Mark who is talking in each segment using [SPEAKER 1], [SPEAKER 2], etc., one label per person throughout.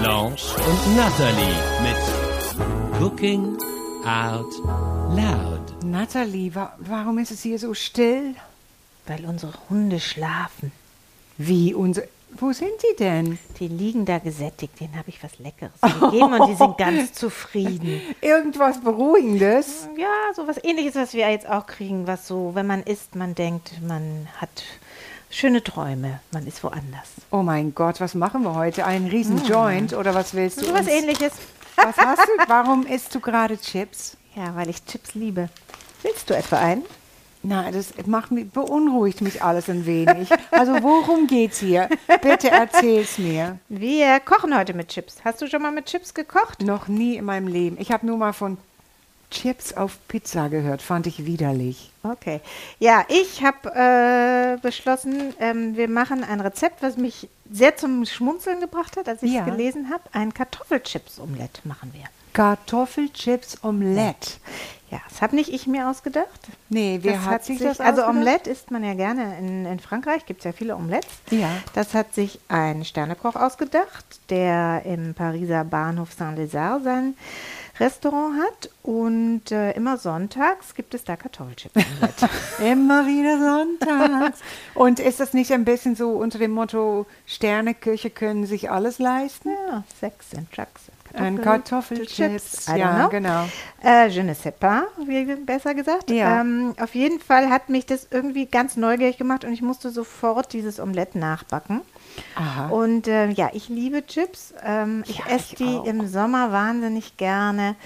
[SPEAKER 1] Blanche und Nathalie mit Cooking Out Loud.
[SPEAKER 2] Natalie, wa warum ist es hier so still?
[SPEAKER 3] Weil unsere Hunde schlafen.
[SPEAKER 2] Wie unsere. Wo sind sie denn?
[SPEAKER 3] Die liegen da gesättigt, denen habe ich was Leckeres gegeben und die sind ganz zufrieden.
[SPEAKER 2] Irgendwas Beruhigendes?
[SPEAKER 3] Ja, so was ähnliches, was wir jetzt auch kriegen, was so, wenn man isst, man denkt, man hat schöne Träume, man ist woanders.
[SPEAKER 2] Oh mein Gott, was machen wir heute? Einen riesen Joint oder was willst du?
[SPEAKER 3] So was
[SPEAKER 2] uns-
[SPEAKER 3] ähnliches.
[SPEAKER 2] was hast du? Warum isst du gerade Chips?
[SPEAKER 3] Ja, weil ich Chips liebe. Willst du etwa einen?
[SPEAKER 2] Na, das macht mich, beunruhigt mich alles ein wenig. Also worum geht's hier? Bitte erzähl's mir.
[SPEAKER 3] Wir kochen heute mit Chips. Hast du schon mal mit Chips gekocht?
[SPEAKER 2] Noch nie in meinem Leben. Ich habe nur mal von Chips auf Pizza gehört. Fand ich widerlich.
[SPEAKER 3] Okay. Ja, ich habe äh, beschlossen, ähm, wir machen ein Rezept, was mich sehr zum Schmunzeln gebracht hat, als ich es
[SPEAKER 2] Ja.
[SPEAKER 3] gelesen habe. Ein Kartoffelchips-Omelett machen wir.
[SPEAKER 2] Kartoffelchips Omelette.
[SPEAKER 3] Ja, das habe nicht ich mir ausgedacht.
[SPEAKER 2] Nee, wer hat sich das
[SPEAKER 3] Also
[SPEAKER 2] ausgedacht?
[SPEAKER 3] Omelette isst man ja gerne in, in Frankreich, gibt es ja viele Omelettes.
[SPEAKER 2] Ja.
[SPEAKER 3] Das hat sich ein Sternekoch ausgedacht, der im Pariser Bahnhof Saint-Lézard sein Restaurant hat. Und äh, immer sonntags gibt es da Kartoffelchips.
[SPEAKER 2] Immer wieder sonntags. Und ist das nicht ein bisschen so unter dem Motto, Sterneküche können sich alles leisten?
[SPEAKER 3] Ja, Sex and Trucks.
[SPEAKER 2] Ein Kartoffelchips,
[SPEAKER 3] I don't
[SPEAKER 2] ja,
[SPEAKER 3] know.
[SPEAKER 2] genau.
[SPEAKER 3] Äh, je ne sais pas, wie besser gesagt.
[SPEAKER 2] Ja.
[SPEAKER 3] Ähm, auf jeden Fall hat mich das irgendwie ganz neugierig gemacht und ich musste sofort dieses Omelett nachbacken.
[SPEAKER 2] Aha.
[SPEAKER 3] Und äh, ja, ich liebe Chips. Ähm, ich
[SPEAKER 2] Ja,
[SPEAKER 3] esse
[SPEAKER 2] ich
[SPEAKER 3] die
[SPEAKER 2] auch.
[SPEAKER 3] im Sommer wahnsinnig gerne,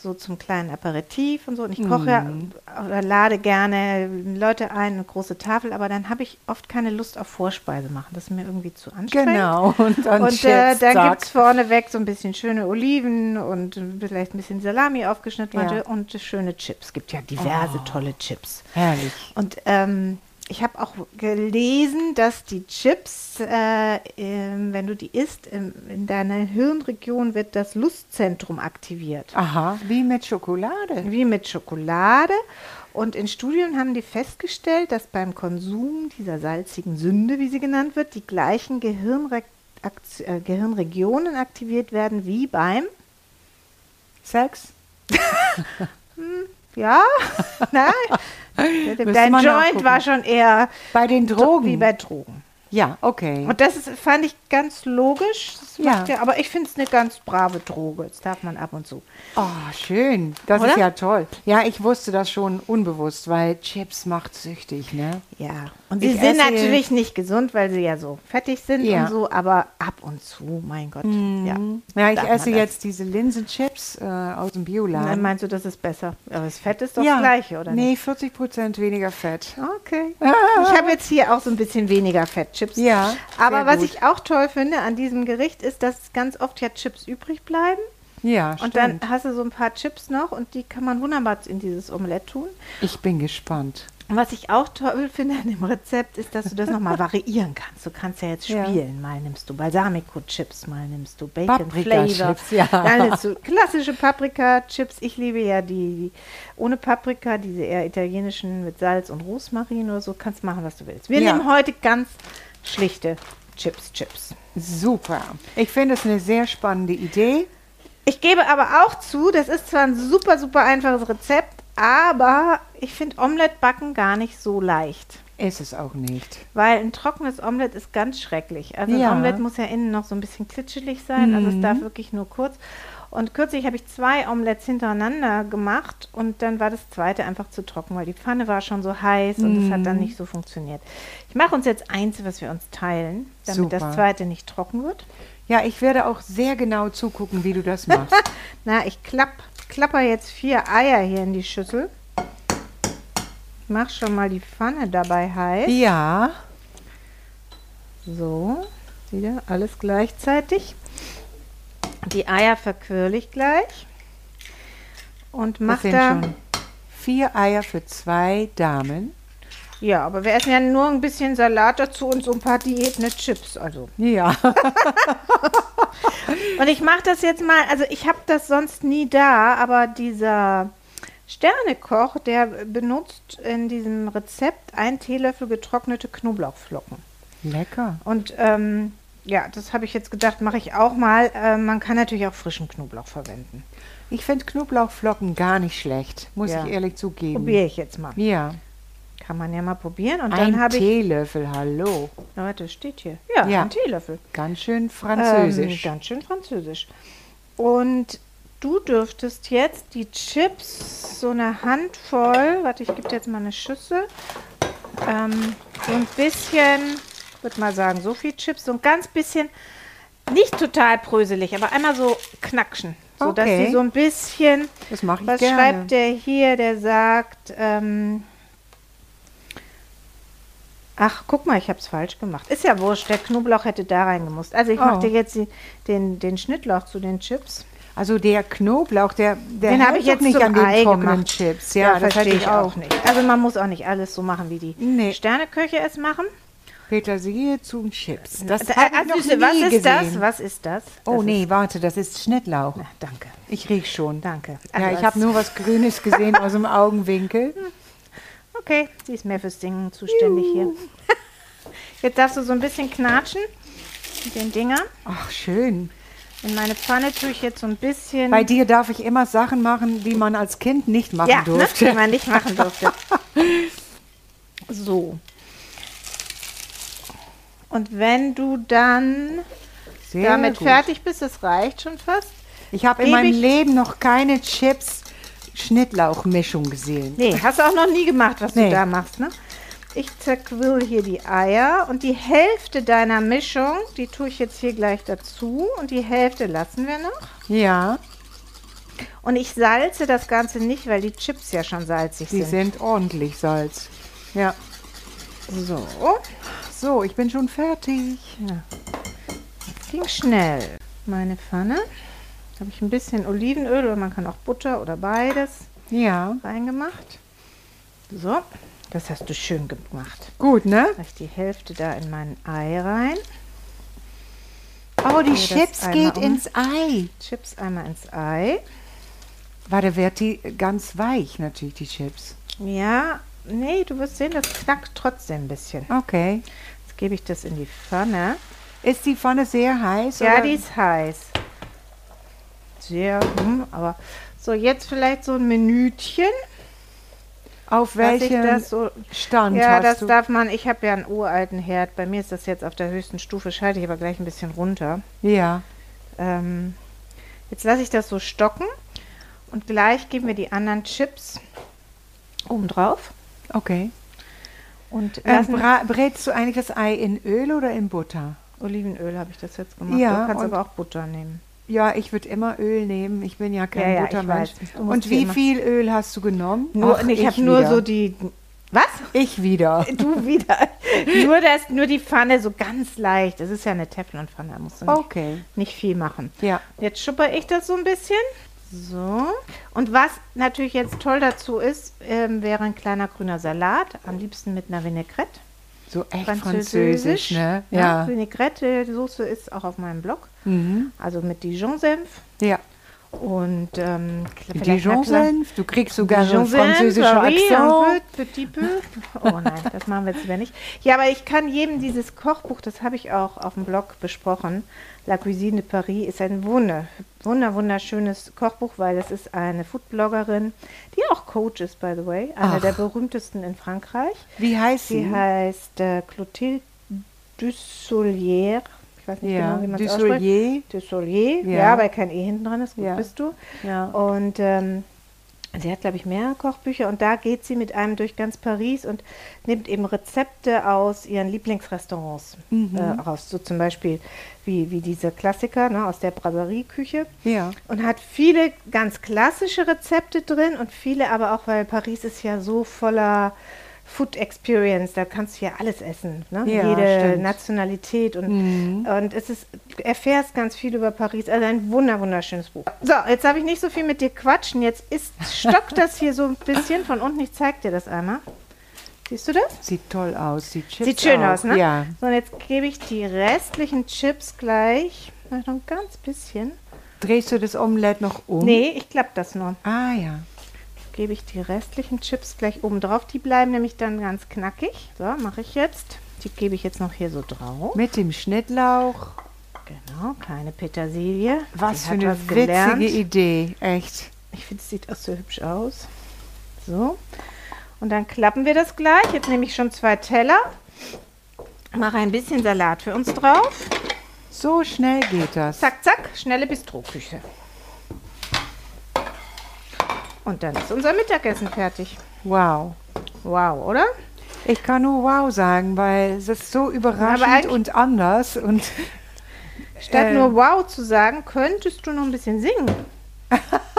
[SPEAKER 3] so zum kleinen Aperitif und so. Und ich koche
[SPEAKER 2] Mhm.
[SPEAKER 3] ja oder lade gerne Leute ein, eine große Tafel, aber dann habe ich oft keine Lust auf Vorspeise machen. Das ist mir irgendwie zu anstrengend.
[SPEAKER 2] Genau, und dann
[SPEAKER 3] Und äh,
[SPEAKER 2] Chips,
[SPEAKER 3] dann
[SPEAKER 2] zack.
[SPEAKER 3] gibt es vorneweg so ein bisschen schöne Oliven und vielleicht ein bisschen Salami aufgeschnitten
[SPEAKER 2] Ja.
[SPEAKER 3] und äh, schöne Chips. gibt ja diverse tolle Chips.
[SPEAKER 2] Herrlich.
[SPEAKER 3] Und ähm, ich habe auch gelesen, dass die Chips, äh, ähm, wenn du die isst, im, in deiner Hirnregion wird das Lustzentrum aktiviert.
[SPEAKER 2] Aha, wie mit Schokolade.
[SPEAKER 3] Wie mit Schokolade. Und in Studien haben die festgestellt, dass beim Konsum dieser salzigen Sünde, wie sie genannt wird, die gleichen Gehirnre Akt- äh, Gehirnregionen aktiviert werden wie beim,
[SPEAKER 2] Sex?
[SPEAKER 3] ja, nein, dein
[SPEAKER 2] man
[SPEAKER 3] Joint war
[SPEAKER 2] nachgucken.
[SPEAKER 3] schon eher
[SPEAKER 2] Bei den
[SPEAKER 3] Drogen.
[SPEAKER 2] Drogen?
[SPEAKER 3] wie bei Drogen.
[SPEAKER 2] ja, okay.
[SPEAKER 3] Und das ist, fand ich ganz logisch. Das
[SPEAKER 2] Ja.
[SPEAKER 3] macht ja. aber ich finde es eine ganz brave Droge. Das darf man ab und zu.
[SPEAKER 2] Oh, schön. Das ist
[SPEAKER 3] Oder?
[SPEAKER 2] ja toll. Ja, ich wusste das schon unbewusst, weil Chips macht süchtig, ne?
[SPEAKER 3] Ja. Und
[SPEAKER 2] Ich
[SPEAKER 3] sie sind
[SPEAKER 2] esse-
[SPEAKER 3] natürlich nicht gesund, weil sie ja so fettig sind
[SPEAKER 2] Ja. Mhm.
[SPEAKER 3] und so, aber ab und zu, mein Gott. Ja.
[SPEAKER 2] Ja, ich
[SPEAKER 3] Darf man
[SPEAKER 2] esse
[SPEAKER 3] das?
[SPEAKER 2] jetzt diese Linsenchips äh, aus dem
[SPEAKER 3] Dann
[SPEAKER 2] Bioladen.
[SPEAKER 3] meinst du, das ist besser? Aber das Fett ist doch das gleiche, oder
[SPEAKER 2] Nee,
[SPEAKER 3] nicht?
[SPEAKER 2] 40 Prozent weniger Fett.
[SPEAKER 3] Okay. Ich habe jetzt hier auch so ein bisschen weniger Fettchips.
[SPEAKER 2] Ja, sehr
[SPEAKER 3] Aber was
[SPEAKER 2] gut.
[SPEAKER 3] ich auch toll finde an diesem Gericht ist, dass ganz oft ja Chips übrig bleiben.
[SPEAKER 2] Ja,
[SPEAKER 3] Und
[SPEAKER 2] stimmt.
[SPEAKER 3] dann hast du so ein paar Chips noch und die kann man wunderbar in dieses Omelett tun.
[SPEAKER 2] ich bin gespannt.
[SPEAKER 3] Und Was ich auch toll finde an dem Rezept, ist, dass du das nochmal variieren kannst. Du kannst ja jetzt
[SPEAKER 2] Ja.
[SPEAKER 3] spielen. Mal nimmst du Balsamico-Chips, mal nimmst du Bacon Flavor.
[SPEAKER 2] Paprika-Chips, ja.
[SPEAKER 3] Dann nimmst du klassische Paprika-Chips. Ich liebe ja die, die ohne Paprika, diese eher italienischen mit Salz und Rosmarin oder so. Kannst machen, was du willst. Wir
[SPEAKER 2] Ja.
[SPEAKER 3] nehmen heute ganz schlichte Chips, Chips.
[SPEAKER 2] Super. Ich finde es eine sehr spannende Idee.
[SPEAKER 3] Ich gebe aber auch zu, das ist zwar ein super, super einfaches Rezept, aber ich finde Omelette-Backen gar nicht so leicht.
[SPEAKER 2] Ist es auch nicht.
[SPEAKER 3] Weil ein trockenes Omelett ist ganz schrecklich. Also
[SPEAKER 2] Ja. Mhm.
[SPEAKER 3] ein Omelett muss ja innen noch so ein bisschen klitschelig sein. Also es darf wirklich nur kurz. Und kürzlich habe ich zwei Omelettes hintereinander gemacht und dann war das zweite einfach zu trocken, weil die Pfanne war schon so heiß und es hat
[SPEAKER 2] Mhm.
[SPEAKER 3] dann nicht so funktioniert. Ich mache uns jetzt eins, was wir uns teilen, damit
[SPEAKER 2] Super.
[SPEAKER 3] das zweite nicht trocken wird.
[SPEAKER 2] Ja, ich werde auch sehr genau zugucken, wie du das machst.
[SPEAKER 3] Na, ich klapp, klapper jetzt vier Eier hier in die Schüssel. Ich mache schon mal die Pfanne dabei heiß.
[SPEAKER 2] ja.
[SPEAKER 3] So, wieder alles gleichzeitig. Die Eier verquirl ich gleich und
[SPEAKER 2] Das
[SPEAKER 3] mach
[SPEAKER 2] sind
[SPEAKER 3] da.
[SPEAKER 2] schon vier Eier für zwei Damen.
[SPEAKER 3] Ja, aber wir essen ja nur ein bisschen Salat dazu und so ein paar Diätne Chips. Also.
[SPEAKER 2] Ja.
[SPEAKER 3] Und ich mache das jetzt mal, also ich habe das sonst nie da, aber dieser Sternekoch, der benutzt in diesem Rezept einen Teelöffel getrocknete Knoblauchflocken.
[SPEAKER 2] Lecker.
[SPEAKER 3] Und ähm, ja, das habe ich jetzt gedacht, mache ich auch mal. Äh, man kann natürlich auch frischen Knoblauch verwenden.
[SPEAKER 2] Ich finde Knoblauchflocken gar nicht schlecht, muss
[SPEAKER 3] Ja.
[SPEAKER 2] ich ehrlich zugeben.
[SPEAKER 3] Probiere ich jetzt mal.
[SPEAKER 2] Ja.
[SPEAKER 3] Kann man ja mal probieren. Und dann
[SPEAKER 2] Ein
[SPEAKER 3] habe ich.
[SPEAKER 2] Teelöffel, hallo.
[SPEAKER 3] Na, Warte, steht hier. Ja,
[SPEAKER 2] Ja.
[SPEAKER 3] ein Teelöffel.
[SPEAKER 2] Ganz schön französisch.
[SPEAKER 3] Ähm, ganz schön französisch. Und du dürftest jetzt die Chips, so eine Handvoll, warte, ich gebe dir jetzt mal eine Schüssel, ähm, so ein bisschen, ich würde mal sagen, so viel Chips, so ein ganz bisschen, nicht total bröselig, aber einmal so knackschen. So dass
[SPEAKER 2] Okay.
[SPEAKER 3] sie so ein bisschen.
[SPEAKER 2] Das mache ich
[SPEAKER 3] Was
[SPEAKER 2] gerne.
[SPEAKER 3] schreibt der hier? Der sagt, ähm, Ach, guck mal, ich habe es falsch gemacht. Ist ja wurscht, der Knoblauch hätte da reingemusst. Also ich
[SPEAKER 2] Oh.
[SPEAKER 3] mache dir jetzt die, den, den Schnittlauch zu den Chips.
[SPEAKER 2] Also der Knoblauch, der, der
[SPEAKER 3] den
[SPEAKER 2] hält
[SPEAKER 3] habe ich
[SPEAKER 2] doch
[SPEAKER 3] jetzt
[SPEAKER 2] nicht
[SPEAKER 3] zum
[SPEAKER 2] an den
[SPEAKER 3] Ei
[SPEAKER 2] trockenen
[SPEAKER 3] gemacht.
[SPEAKER 2] Chips. Ja, das
[SPEAKER 3] verstehe
[SPEAKER 2] hätte
[SPEAKER 3] ich auch nicht. Also man muss auch nicht alles so machen, wie die
[SPEAKER 2] Nee.
[SPEAKER 3] Sterneköche es machen.
[SPEAKER 2] Petersilie zu Chips. Das
[SPEAKER 3] Da-
[SPEAKER 2] habe ich noch
[SPEAKER 3] äh, Süße,
[SPEAKER 2] nie
[SPEAKER 3] was ist
[SPEAKER 2] gesehen.
[SPEAKER 3] das? Was ist das?
[SPEAKER 2] Oh
[SPEAKER 3] das
[SPEAKER 2] nee,
[SPEAKER 3] Ist,
[SPEAKER 2] warte, das ist Schnittlauch.
[SPEAKER 3] na, danke,
[SPEAKER 2] Ich riech schon.
[SPEAKER 3] danke.
[SPEAKER 2] Ja,
[SPEAKER 3] Also
[SPEAKER 2] ich habe
[SPEAKER 3] es-
[SPEAKER 2] nur was Grünes gesehen aus dem Augenwinkel.
[SPEAKER 3] Okay, sie ist mehr fürs Dingen zuständig hier. Jetzt darfst du so ein bisschen knatschen mit den Dinger.
[SPEAKER 2] Ach, schön.
[SPEAKER 3] In meine Pfanne tue ich jetzt so ein bisschen.
[SPEAKER 2] Bei dir darf ich immer Sachen machen, die man als Kind nicht machen
[SPEAKER 3] ja,
[SPEAKER 2] durfte.
[SPEAKER 3] Ne, die man nicht machen durfte. so. Und wenn du dann
[SPEAKER 2] Sehr
[SPEAKER 3] damit
[SPEAKER 2] gut.
[SPEAKER 3] fertig bist, das reicht schon fast.
[SPEAKER 2] Ich habe in
[SPEAKER 3] Gebe
[SPEAKER 2] meinem
[SPEAKER 3] ich-
[SPEAKER 2] Leben noch keine Chips-Schnittlauch-Mischung gesehen.
[SPEAKER 3] Nee, hast du auch noch nie gemacht, was
[SPEAKER 2] Nee.
[SPEAKER 3] du da machst, ne? Ich zerquill hier die Eier und die Hälfte deiner Mischung, die tue ich jetzt hier gleich dazu und die Hälfte lassen wir noch.
[SPEAKER 2] Ja,
[SPEAKER 3] Und ich salze das Ganze nicht, weil die Chips ja schon salzig
[SPEAKER 2] die
[SPEAKER 3] sind.
[SPEAKER 2] sind ordentlich Salz. Ja,
[SPEAKER 3] So,
[SPEAKER 2] so, ich bin schon fertig.
[SPEAKER 3] ging schnell. Meine Pfanne. Da habe ich ein bisschen Olivenöl oder man kann auch Butter oder beides
[SPEAKER 2] Ja,
[SPEAKER 3] reingemacht. So, das hast du schön gemacht.
[SPEAKER 2] gut, ne?
[SPEAKER 3] Mache ich die Hälfte da in mein Ei rein.
[SPEAKER 2] Oh, die
[SPEAKER 3] das
[SPEAKER 2] Chips
[SPEAKER 3] einmal
[SPEAKER 2] geht
[SPEAKER 3] um.
[SPEAKER 2] ins Ei.
[SPEAKER 3] Chips einmal ins Ei.
[SPEAKER 2] Warte, wird die ganz weich natürlich, die Chips.
[SPEAKER 3] Ja, nee, du wirst sehen, das knackt trotzdem ein bisschen.
[SPEAKER 2] Okay.
[SPEAKER 3] Jetzt gebe ich das in die Pfanne.
[SPEAKER 2] Ist die Pfanne sehr heiß?
[SPEAKER 3] Ja,
[SPEAKER 2] oder?
[SPEAKER 3] die ist heiß. Sehr, hm, aber so jetzt vielleicht so ein Minütchen,
[SPEAKER 2] Auf
[SPEAKER 3] dass ich
[SPEAKER 2] welchem
[SPEAKER 3] das so
[SPEAKER 2] Stand
[SPEAKER 3] Ja,
[SPEAKER 2] hast
[SPEAKER 3] das
[SPEAKER 2] du?
[SPEAKER 3] darf man. Ich habe ja einen uralten Herd. Bei mir ist das jetzt auf der höchsten Stufe. Schalte ich aber gleich ein bisschen runter.
[SPEAKER 2] ja,
[SPEAKER 3] Ähm, jetzt lasse ich das so stocken und gleich geben wir die anderen Chips oben drauf
[SPEAKER 2] okay.
[SPEAKER 3] und
[SPEAKER 2] Ähm,
[SPEAKER 3] lassen
[SPEAKER 2] bra- brätst du eigentlich das Ei in Öl oder in Butter?
[SPEAKER 3] Olivenöl habe ich das jetzt gemacht.
[SPEAKER 2] Ja,
[SPEAKER 3] du kannst
[SPEAKER 2] und-
[SPEAKER 3] aber auch Butter nehmen.
[SPEAKER 2] Ja, ich würde immer Öl nehmen. Ich bin ja kein
[SPEAKER 3] Ja, ja, ich
[SPEAKER 2] Buttermensch.
[SPEAKER 3] weiß. Du musst
[SPEAKER 2] Und
[SPEAKER 3] dir
[SPEAKER 2] wie
[SPEAKER 3] immer-
[SPEAKER 2] viel Öl hast du genommen?
[SPEAKER 3] Nur,
[SPEAKER 2] Ach,
[SPEAKER 3] und ich habe nur
[SPEAKER 2] wieder.
[SPEAKER 3] so die. Was?
[SPEAKER 2] Ich wieder.
[SPEAKER 3] Du wieder. nur das, nur die Pfanne so ganz leicht. Es ist ja eine Teflonpfanne, da musst du nicht,
[SPEAKER 2] Okay.
[SPEAKER 3] nicht viel machen.
[SPEAKER 2] Ja.
[SPEAKER 3] Jetzt schupper ich das so ein bisschen. So. Und was natürlich jetzt toll dazu ist, ähm, wäre ein kleiner grüner Salat. Am liebsten mit einer Vinaigrette.
[SPEAKER 2] So echt französisch, ne? Ja.
[SPEAKER 3] Vinaigrette, die Soße ist auch auf meinem Blog.
[SPEAKER 2] Mhm.
[SPEAKER 3] Also mit Dijon-Senf
[SPEAKER 2] Ja.
[SPEAKER 3] und ähm, kle- vielleicht einer kleinen-
[SPEAKER 2] Dijon-Senf. Du kriegst sogar so einen
[SPEAKER 3] Dijon-Senf,
[SPEAKER 2] französischen
[SPEAKER 3] Paris,
[SPEAKER 2] Akzent.
[SPEAKER 3] un peu, petit peu. Oh nein, das machen wir jetzt lieber nicht. Ja, aber ich kann jedem dieses Kochbuch, das habe ich auch auf dem Blog besprochen, La Cuisine de Paris, ist ein wunder, wunder, wunderschönes Kochbuch, weil es ist eine Foodbloggerin, die auch Coach ist, by the way, eine
[SPEAKER 2] Ach. Mhm.
[SPEAKER 3] der berühmtesten in Frankreich.
[SPEAKER 2] Wie heißt
[SPEAKER 3] Sie
[SPEAKER 2] sie?
[SPEAKER 3] heißt äh, Clotilde Dussolier. Ich weiß nicht
[SPEAKER 2] ja,
[SPEAKER 3] genau, wie man es ausspricht.
[SPEAKER 2] Dussolier.
[SPEAKER 3] Dussolier,
[SPEAKER 2] Ja.
[SPEAKER 3] ja. weil kein E hinten dran ist, gut
[SPEAKER 2] Ja.
[SPEAKER 3] bist du.
[SPEAKER 2] Ja.
[SPEAKER 3] Und ähm, sie hat, glaube ich, mehrere Kochbücher und da geht sie mit einem durch ganz Paris und nimmt eben Rezepte aus ihren Lieblingsrestaurants
[SPEAKER 2] Mhm.
[SPEAKER 3] äh, raus. So zum Beispiel wie, wie diese Klassiker ne, aus der Brasserie-Küche.
[SPEAKER 2] Ja.
[SPEAKER 3] Und hat viele ganz klassische Rezepte drin und viele aber auch, weil Paris ist ja so voller Food Experience, da kannst du ja alles essen, ne?
[SPEAKER 2] Ja,
[SPEAKER 3] jede
[SPEAKER 2] stimmt. Mhm.
[SPEAKER 3] Nationalität und, und es ist, du erfährst ganz viel über Paris, also ein wunder wunderschönes Buch. So, jetzt habe ich nicht so viel mit dir quatschen, jetzt ist, stockt das hier so ein bisschen von unten, ich zeig dir das einmal. Siehst du das?
[SPEAKER 2] Sieht toll aus. Sieht, Chips
[SPEAKER 3] Sieht schön
[SPEAKER 2] auch.
[SPEAKER 3] aus, ne?
[SPEAKER 2] Ja.
[SPEAKER 3] So, und jetzt gebe ich die restlichen Chips gleich, noch ein ganz bisschen.
[SPEAKER 2] Drehst du das Omelett noch um?
[SPEAKER 3] Nee, ich klappe das nur.
[SPEAKER 2] Ah ja.
[SPEAKER 3] gebe ich die restlichen Chips gleich oben drauf. Die bleiben nämlich dann ganz knackig. So, mache ich jetzt. Die gebe ich jetzt noch hier so drauf.
[SPEAKER 2] Mit dem Schnittlauch.
[SPEAKER 3] Genau, kleine Petersilie.
[SPEAKER 2] Was
[SPEAKER 3] Die
[SPEAKER 2] für
[SPEAKER 3] hat
[SPEAKER 2] eine
[SPEAKER 3] was
[SPEAKER 2] witzige
[SPEAKER 3] gelernt.
[SPEAKER 2] Idee. Echt.
[SPEAKER 3] Ich finde, es sieht auch so hübsch aus. So. Und dann klappen wir das gleich. Jetzt nehme ich schon zwei Teller. Mache ein bisschen Salat für uns drauf.
[SPEAKER 2] So schnell geht das.
[SPEAKER 3] Zack, zack, schnelle Bistroküche. Und dann ist unser Mittagessen fertig.
[SPEAKER 2] Wow.
[SPEAKER 3] Wow, oder?
[SPEAKER 2] Ich kann nur wow sagen, weil es ist so überraschend
[SPEAKER 3] eigentlich-
[SPEAKER 2] und anders. Und
[SPEAKER 3] Statt
[SPEAKER 2] Äh.
[SPEAKER 3] nur wow zu sagen, könntest du noch ein bisschen singen.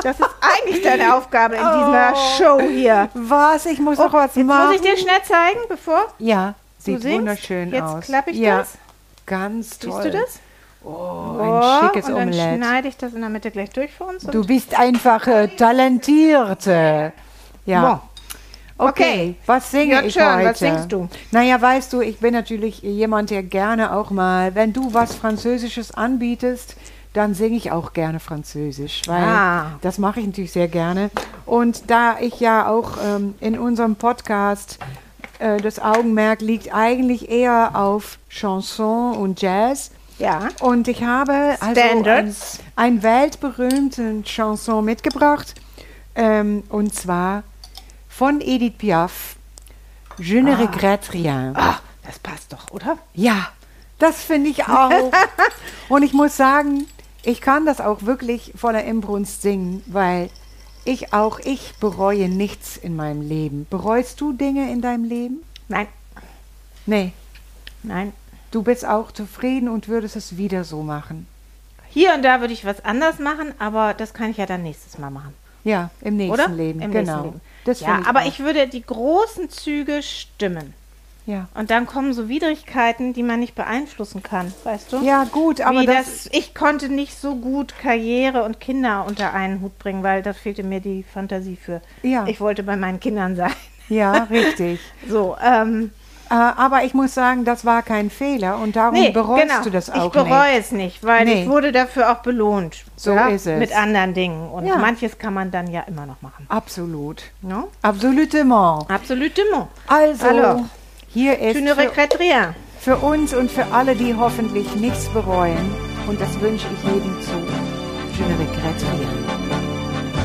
[SPEAKER 3] Das ist eigentlich deine Aufgabe in dieser
[SPEAKER 2] Oh.
[SPEAKER 3] Show hier.
[SPEAKER 2] was? Ich muss noch was
[SPEAKER 3] Oh, jetzt
[SPEAKER 2] machen.
[SPEAKER 3] muss ich dir schnell zeigen, bevor
[SPEAKER 2] ja,
[SPEAKER 3] du
[SPEAKER 2] sieht
[SPEAKER 3] singst.
[SPEAKER 2] wunderschön
[SPEAKER 3] jetzt
[SPEAKER 2] aus.
[SPEAKER 3] klappe ich
[SPEAKER 2] ja,
[SPEAKER 3] das.
[SPEAKER 2] Ganz toll.
[SPEAKER 3] Siehst du das?
[SPEAKER 2] Oh,
[SPEAKER 3] Oh,
[SPEAKER 2] ein schickes
[SPEAKER 3] und dann
[SPEAKER 2] Omelett.
[SPEAKER 3] schneide ich das in der Mitte gleich durch für uns. Und
[SPEAKER 2] Du bist einfach äh, talentierte. Ja. Okay,
[SPEAKER 3] Okay.
[SPEAKER 2] was singe
[SPEAKER 3] Jörg
[SPEAKER 2] ich
[SPEAKER 3] Schön,
[SPEAKER 2] heute?
[SPEAKER 3] was singst du?
[SPEAKER 2] Naja, weißt du, ich bin natürlich jemand, der gerne auch mal, wenn du was Französisches anbietest, dann singe ich auch gerne Französisch, weil
[SPEAKER 3] Ah.
[SPEAKER 2] das mache ich natürlich sehr gerne. Und da ich ja auch ähm, in unserem Podcast äh, das Augenmerk liegt eigentlich eher auf Chanson und Jazz.
[SPEAKER 3] Ja.
[SPEAKER 2] Und ich habe also ein,
[SPEAKER 3] Standards.
[SPEAKER 2] ein weltberühmten Chanson mitgebracht. Ähm, und zwar von Edith Piaf. Je ne regrette rien.
[SPEAKER 3] Ah, das passt doch, oder?
[SPEAKER 2] Ja, das finde ich auch. und ich muss sagen, ich kann das auch wirklich voller Imbrunst singen, weil ich auch, ich bereue nichts in meinem Leben. Bereust du Dinge in deinem Leben?
[SPEAKER 3] Nein,
[SPEAKER 2] Nee,
[SPEAKER 3] nein.
[SPEAKER 2] du bist auch zufrieden und würdest es wieder so machen.
[SPEAKER 3] Hier und da würde ich was anders machen, aber das kann ich ja dann nächstes Mal machen.
[SPEAKER 2] Ja, im nächsten
[SPEAKER 3] Oder?
[SPEAKER 2] Leben.
[SPEAKER 3] Im
[SPEAKER 2] genau.
[SPEAKER 3] nächsten Leben.
[SPEAKER 2] Das
[SPEAKER 3] ja,
[SPEAKER 2] finde
[SPEAKER 3] aber
[SPEAKER 2] auch.
[SPEAKER 3] ich würde die großen Züge stimmen.
[SPEAKER 2] Ja.
[SPEAKER 3] Und dann kommen so Widrigkeiten, die man nicht beeinflussen kann, weißt du?
[SPEAKER 2] ja, gut, aber
[SPEAKER 3] Wie
[SPEAKER 2] das,
[SPEAKER 3] das, ich konnte nicht so gut Karriere und Kinder unter einen Hut bringen, weil da fehlte mir die Fantasie für.
[SPEAKER 2] Ja.
[SPEAKER 3] Ich wollte bei meinen Kindern sein.
[SPEAKER 2] Ja, richtig.
[SPEAKER 3] So, ähm,
[SPEAKER 2] Äh, aber ich muss sagen, das war kein Fehler und darum
[SPEAKER 3] nee,
[SPEAKER 2] bereust
[SPEAKER 3] genau.
[SPEAKER 2] du das auch
[SPEAKER 3] Ich bereue
[SPEAKER 2] nicht.
[SPEAKER 3] es nicht, weil
[SPEAKER 2] Nee.
[SPEAKER 3] ich wurde dafür auch belohnt.
[SPEAKER 2] So ist es.
[SPEAKER 3] Mit anderen Dingen. Und
[SPEAKER 2] Ja.
[SPEAKER 3] manches kann man dann ja immer noch machen. ne?
[SPEAKER 2] Absolut.
[SPEAKER 3] No?
[SPEAKER 2] Absolutement.
[SPEAKER 3] Absolutement.
[SPEAKER 2] Also,
[SPEAKER 3] Alors,
[SPEAKER 2] hier ist
[SPEAKER 3] Tu ne
[SPEAKER 2] für,
[SPEAKER 3] regrettes rien.
[SPEAKER 2] für uns und für alle, die hoffentlich nichts bereuen, und das wünsche ich jedem zu, je ne regrette rien.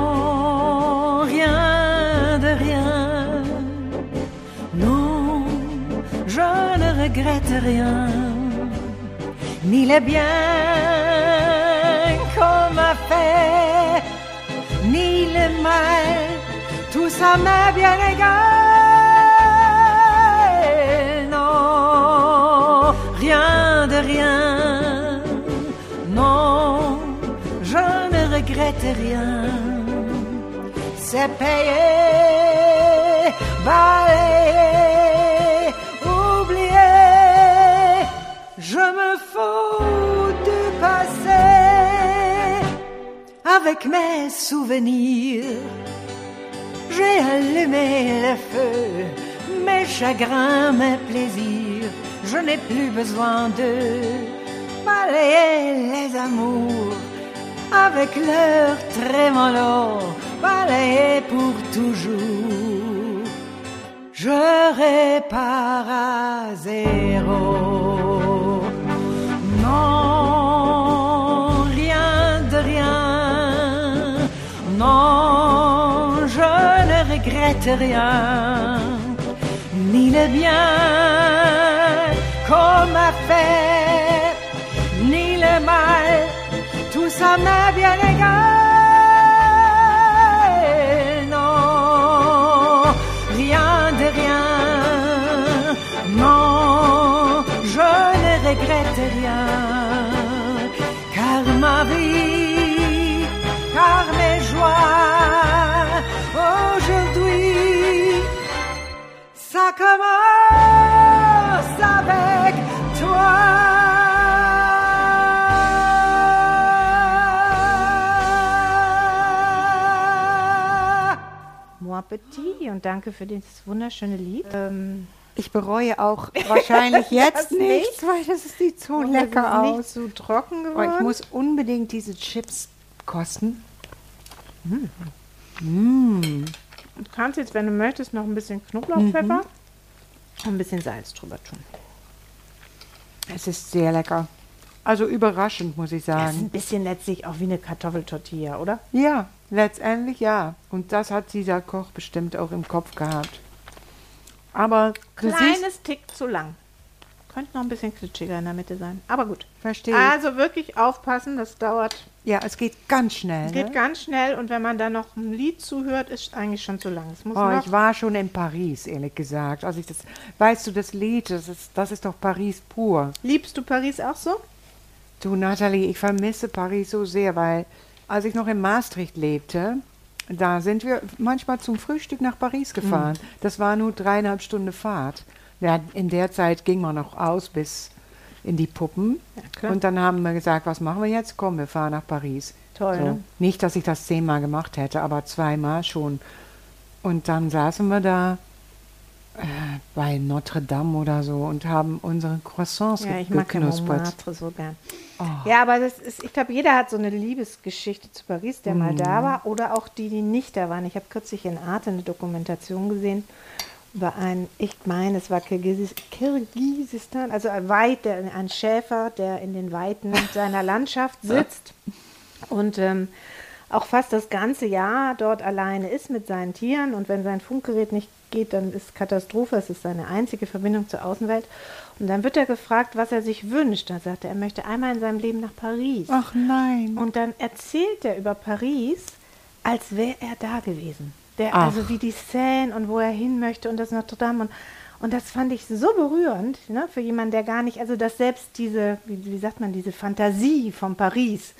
[SPEAKER 4] Non, rien de rien. Non, je ne regrette rien. Ni les biens qu'on m'a fait, ni les mal, tout ça m'est bien égal. Non, rien de rien. Non, je ne regrette rien c'est payé, balayé, oublié. Je me fous du passé avec mes souvenirs. J'ai allumé le feu, mes chagrins, mes plaisirs. Je n'ai plus besoin de balayer les amours avec leur trémolo, balayer pour toujours. Je répare à zéro. Non, rien de rien. Non, je ne regrette rien. Ni le bien qu'on m'a fait, ni le mal, tout ça m'est bien égal. Non, rien de rien. Non, je ne regrette rien. Car ma vie, car mes joies, commence avec toi.
[SPEAKER 3] Moi Petit und danke für dieses wunderschöne Lied. Ähm,
[SPEAKER 2] Ich bereue auch wahrscheinlich jetzt
[SPEAKER 3] Das nicht.
[SPEAKER 2] nichts, weil das sieht so
[SPEAKER 3] und
[SPEAKER 2] lecker
[SPEAKER 3] es ist
[SPEAKER 2] aus.
[SPEAKER 3] Nicht zu trocken
[SPEAKER 2] Aber
[SPEAKER 3] geworden.
[SPEAKER 2] ich muss unbedingt diese Chips kosten.
[SPEAKER 3] du kannst jetzt, wenn du möchtest, noch ein bisschen Knoblauchpfeffer Mhm. und ein bisschen Salz drüber tun.
[SPEAKER 2] Es ist sehr lecker. Also überraschend, muss ich
[SPEAKER 3] Das ist ein
[SPEAKER 2] sagen.
[SPEAKER 3] bisschen letztlich auch wie eine Kartoffeltortilla, oder?
[SPEAKER 2] Ja, letztendlich ja. Und das hat dieser Koch bestimmt auch im Kopf gehabt. Aber du siehst,
[SPEAKER 3] Kleines Tick zu lang. Könnte noch ein bisschen klitschiger in der Mitte sein. Aber gut.
[SPEAKER 2] Verstehe.
[SPEAKER 3] Also wirklich aufpassen, das dauert.
[SPEAKER 2] ja, es geht ganz schnell.
[SPEAKER 3] Geht
[SPEAKER 2] ne?
[SPEAKER 3] ganz schnell und wenn man dann noch ein Lied zuhört, ist eigentlich schon zu lang. Es muss
[SPEAKER 2] Oh,
[SPEAKER 3] noch
[SPEAKER 2] ich war schon in Paris, ehrlich gesagt. Als ich das, weißt du, das Lied, das ist, das ist doch Paris pur.
[SPEAKER 3] Liebst du Paris auch so?
[SPEAKER 2] Du, Nathalie, ich vermisse Paris so sehr, weil als ich noch in Maastricht lebte, da sind wir manchmal zum Frühstück nach Paris gefahren.
[SPEAKER 3] Mhm.
[SPEAKER 2] Das war nur dreieinhalb Stunden Fahrt. Ja, in der Zeit ging man noch aus bis in die Puppen.
[SPEAKER 3] klar.
[SPEAKER 2] und dann haben wir gesagt, was machen wir jetzt? Komm, wir fahren nach Paris.
[SPEAKER 3] Toll,
[SPEAKER 2] So.
[SPEAKER 3] ne?
[SPEAKER 2] Nicht, dass ich das zehnmal gemacht hätte, aber zweimal schon. Und dann saßen wir da äh, bei Notre Dame oder so und haben unsere Croissants
[SPEAKER 3] Ja,
[SPEAKER 2] ge-
[SPEAKER 3] ich mag ja
[SPEAKER 2] geknuspert.
[SPEAKER 3] Montmartre so gern. Ja, aber das ist, ich glaube, jeder hat so eine Liebesgeschichte zu Paris, der mal da war oder auch die, die nicht da waren. Ich habe kürzlich in Arte eine Dokumentation gesehen über einen, ich meine, es war Kirgis, Kirgisistan, also ein weit, der, ein Schäfer, der in den Weiten seiner Landschaft sitzt und ähm, auch fast das ganze Jahr dort alleine ist mit seinen Tieren und wenn sein Funkgerät nicht geht, dann ist Katastrophe, es ist seine einzige Verbindung zur Außenwelt. Und dann wird er gefragt, was er sich wünscht. Dann sagt er, er möchte einmal in seinem Leben nach Paris.
[SPEAKER 2] Ach nein.
[SPEAKER 3] Und dann erzählt er über Paris, als wäre er da gewesen. Der,
[SPEAKER 2] Ach.
[SPEAKER 3] also wie die Seine und wo er hin möchte und das Notre Dame. Und, und das fand ich so berührend ne, für jemanden, der gar nicht, also dass selbst diese, wie, wie sagt man, diese Fantasie von Paris,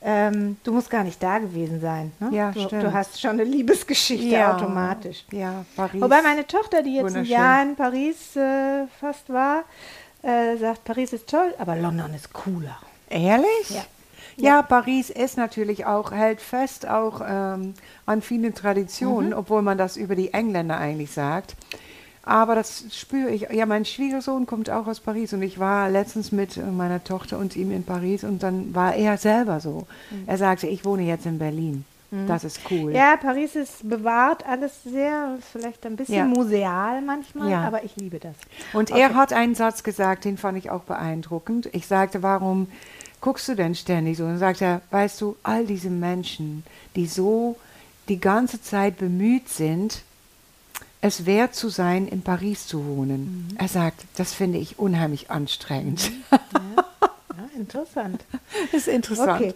[SPEAKER 3] ähm, du musst gar nicht da gewesen sein. Ne?
[SPEAKER 2] Ja,
[SPEAKER 3] du,
[SPEAKER 2] stimmt.
[SPEAKER 3] du hast schon eine Liebesgeschichte
[SPEAKER 2] Ja.
[SPEAKER 3] automatisch.
[SPEAKER 2] Ja, Paris.
[SPEAKER 3] Wobei meine Tochter, die jetzt ein
[SPEAKER 2] Wunderschön.
[SPEAKER 3] Jahr in Paris äh, fast war, äh, sagt, Paris ist toll, aber London ist cooler.
[SPEAKER 2] Ehrlich?
[SPEAKER 3] Ja.
[SPEAKER 2] Ja, Paris ist natürlich auch, hält fest auch ähm, an vielen Traditionen, obwohl man das über die Engländer eigentlich sagt. Aber das spüre ich. Ja, mein Schwiegersohn kommt auch aus Paris und ich war letztens mit äh, meiner Tochter und ihm in Paris und dann war er selber so. Er sagte, ich wohne jetzt in Berlin. Das ist cool.
[SPEAKER 3] Ja, Paris ist bewahrt alles sehr, ist vielleicht ein bisschen
[SPEAKER 2] Ja.
[SPEAKER 3] museal manchmal,
[SPEAKER 2] Ja.
[SPEAKER 3] aber ich liebe das.
[SPEAKER 2] Und er hat einen Satz gesagt, den fand ich auch beeindruckend. Ich sagte, warum guckst du denn ständig so? Und dann sagt er, weißt du, all diese Menschen, die so die ganze Zeit bemüht sind, es wert zu sein, in Paris zu wohnen. Er sagt, das finde ich unheimlich anstrengend.
[SPEAKER 3] Ja, Ah, interessant.
[SPEAKER 2] das ist interessant.
[SPEAKER 3] Okay.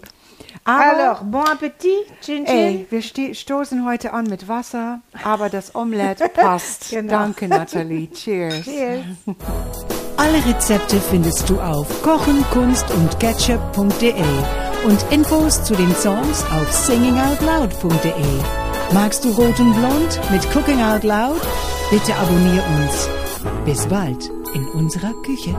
[SPEAKER 2] Aber,
[SPEAKER 3] Alors, bon appétit, chin chin.
[SPEAKER 2] ey, wir ste- stoßen heute an mit Wasser, aber das Omelette passt.
[SPEAKER 3] Genau.
[SPEAKER 2] Danke, Nathalie. Cheers.
[SPEAKER 3] Cheers.
[SPEAKER 4] Alle Rezepte findest du auf kochen, kunst und ketchup.de und Infos zu den Songs auf singingoutloud.de. Magst du Rot und Blond mit Cooking Out Loud? Bitte abonnier uns. Bis bald in unserer Küche.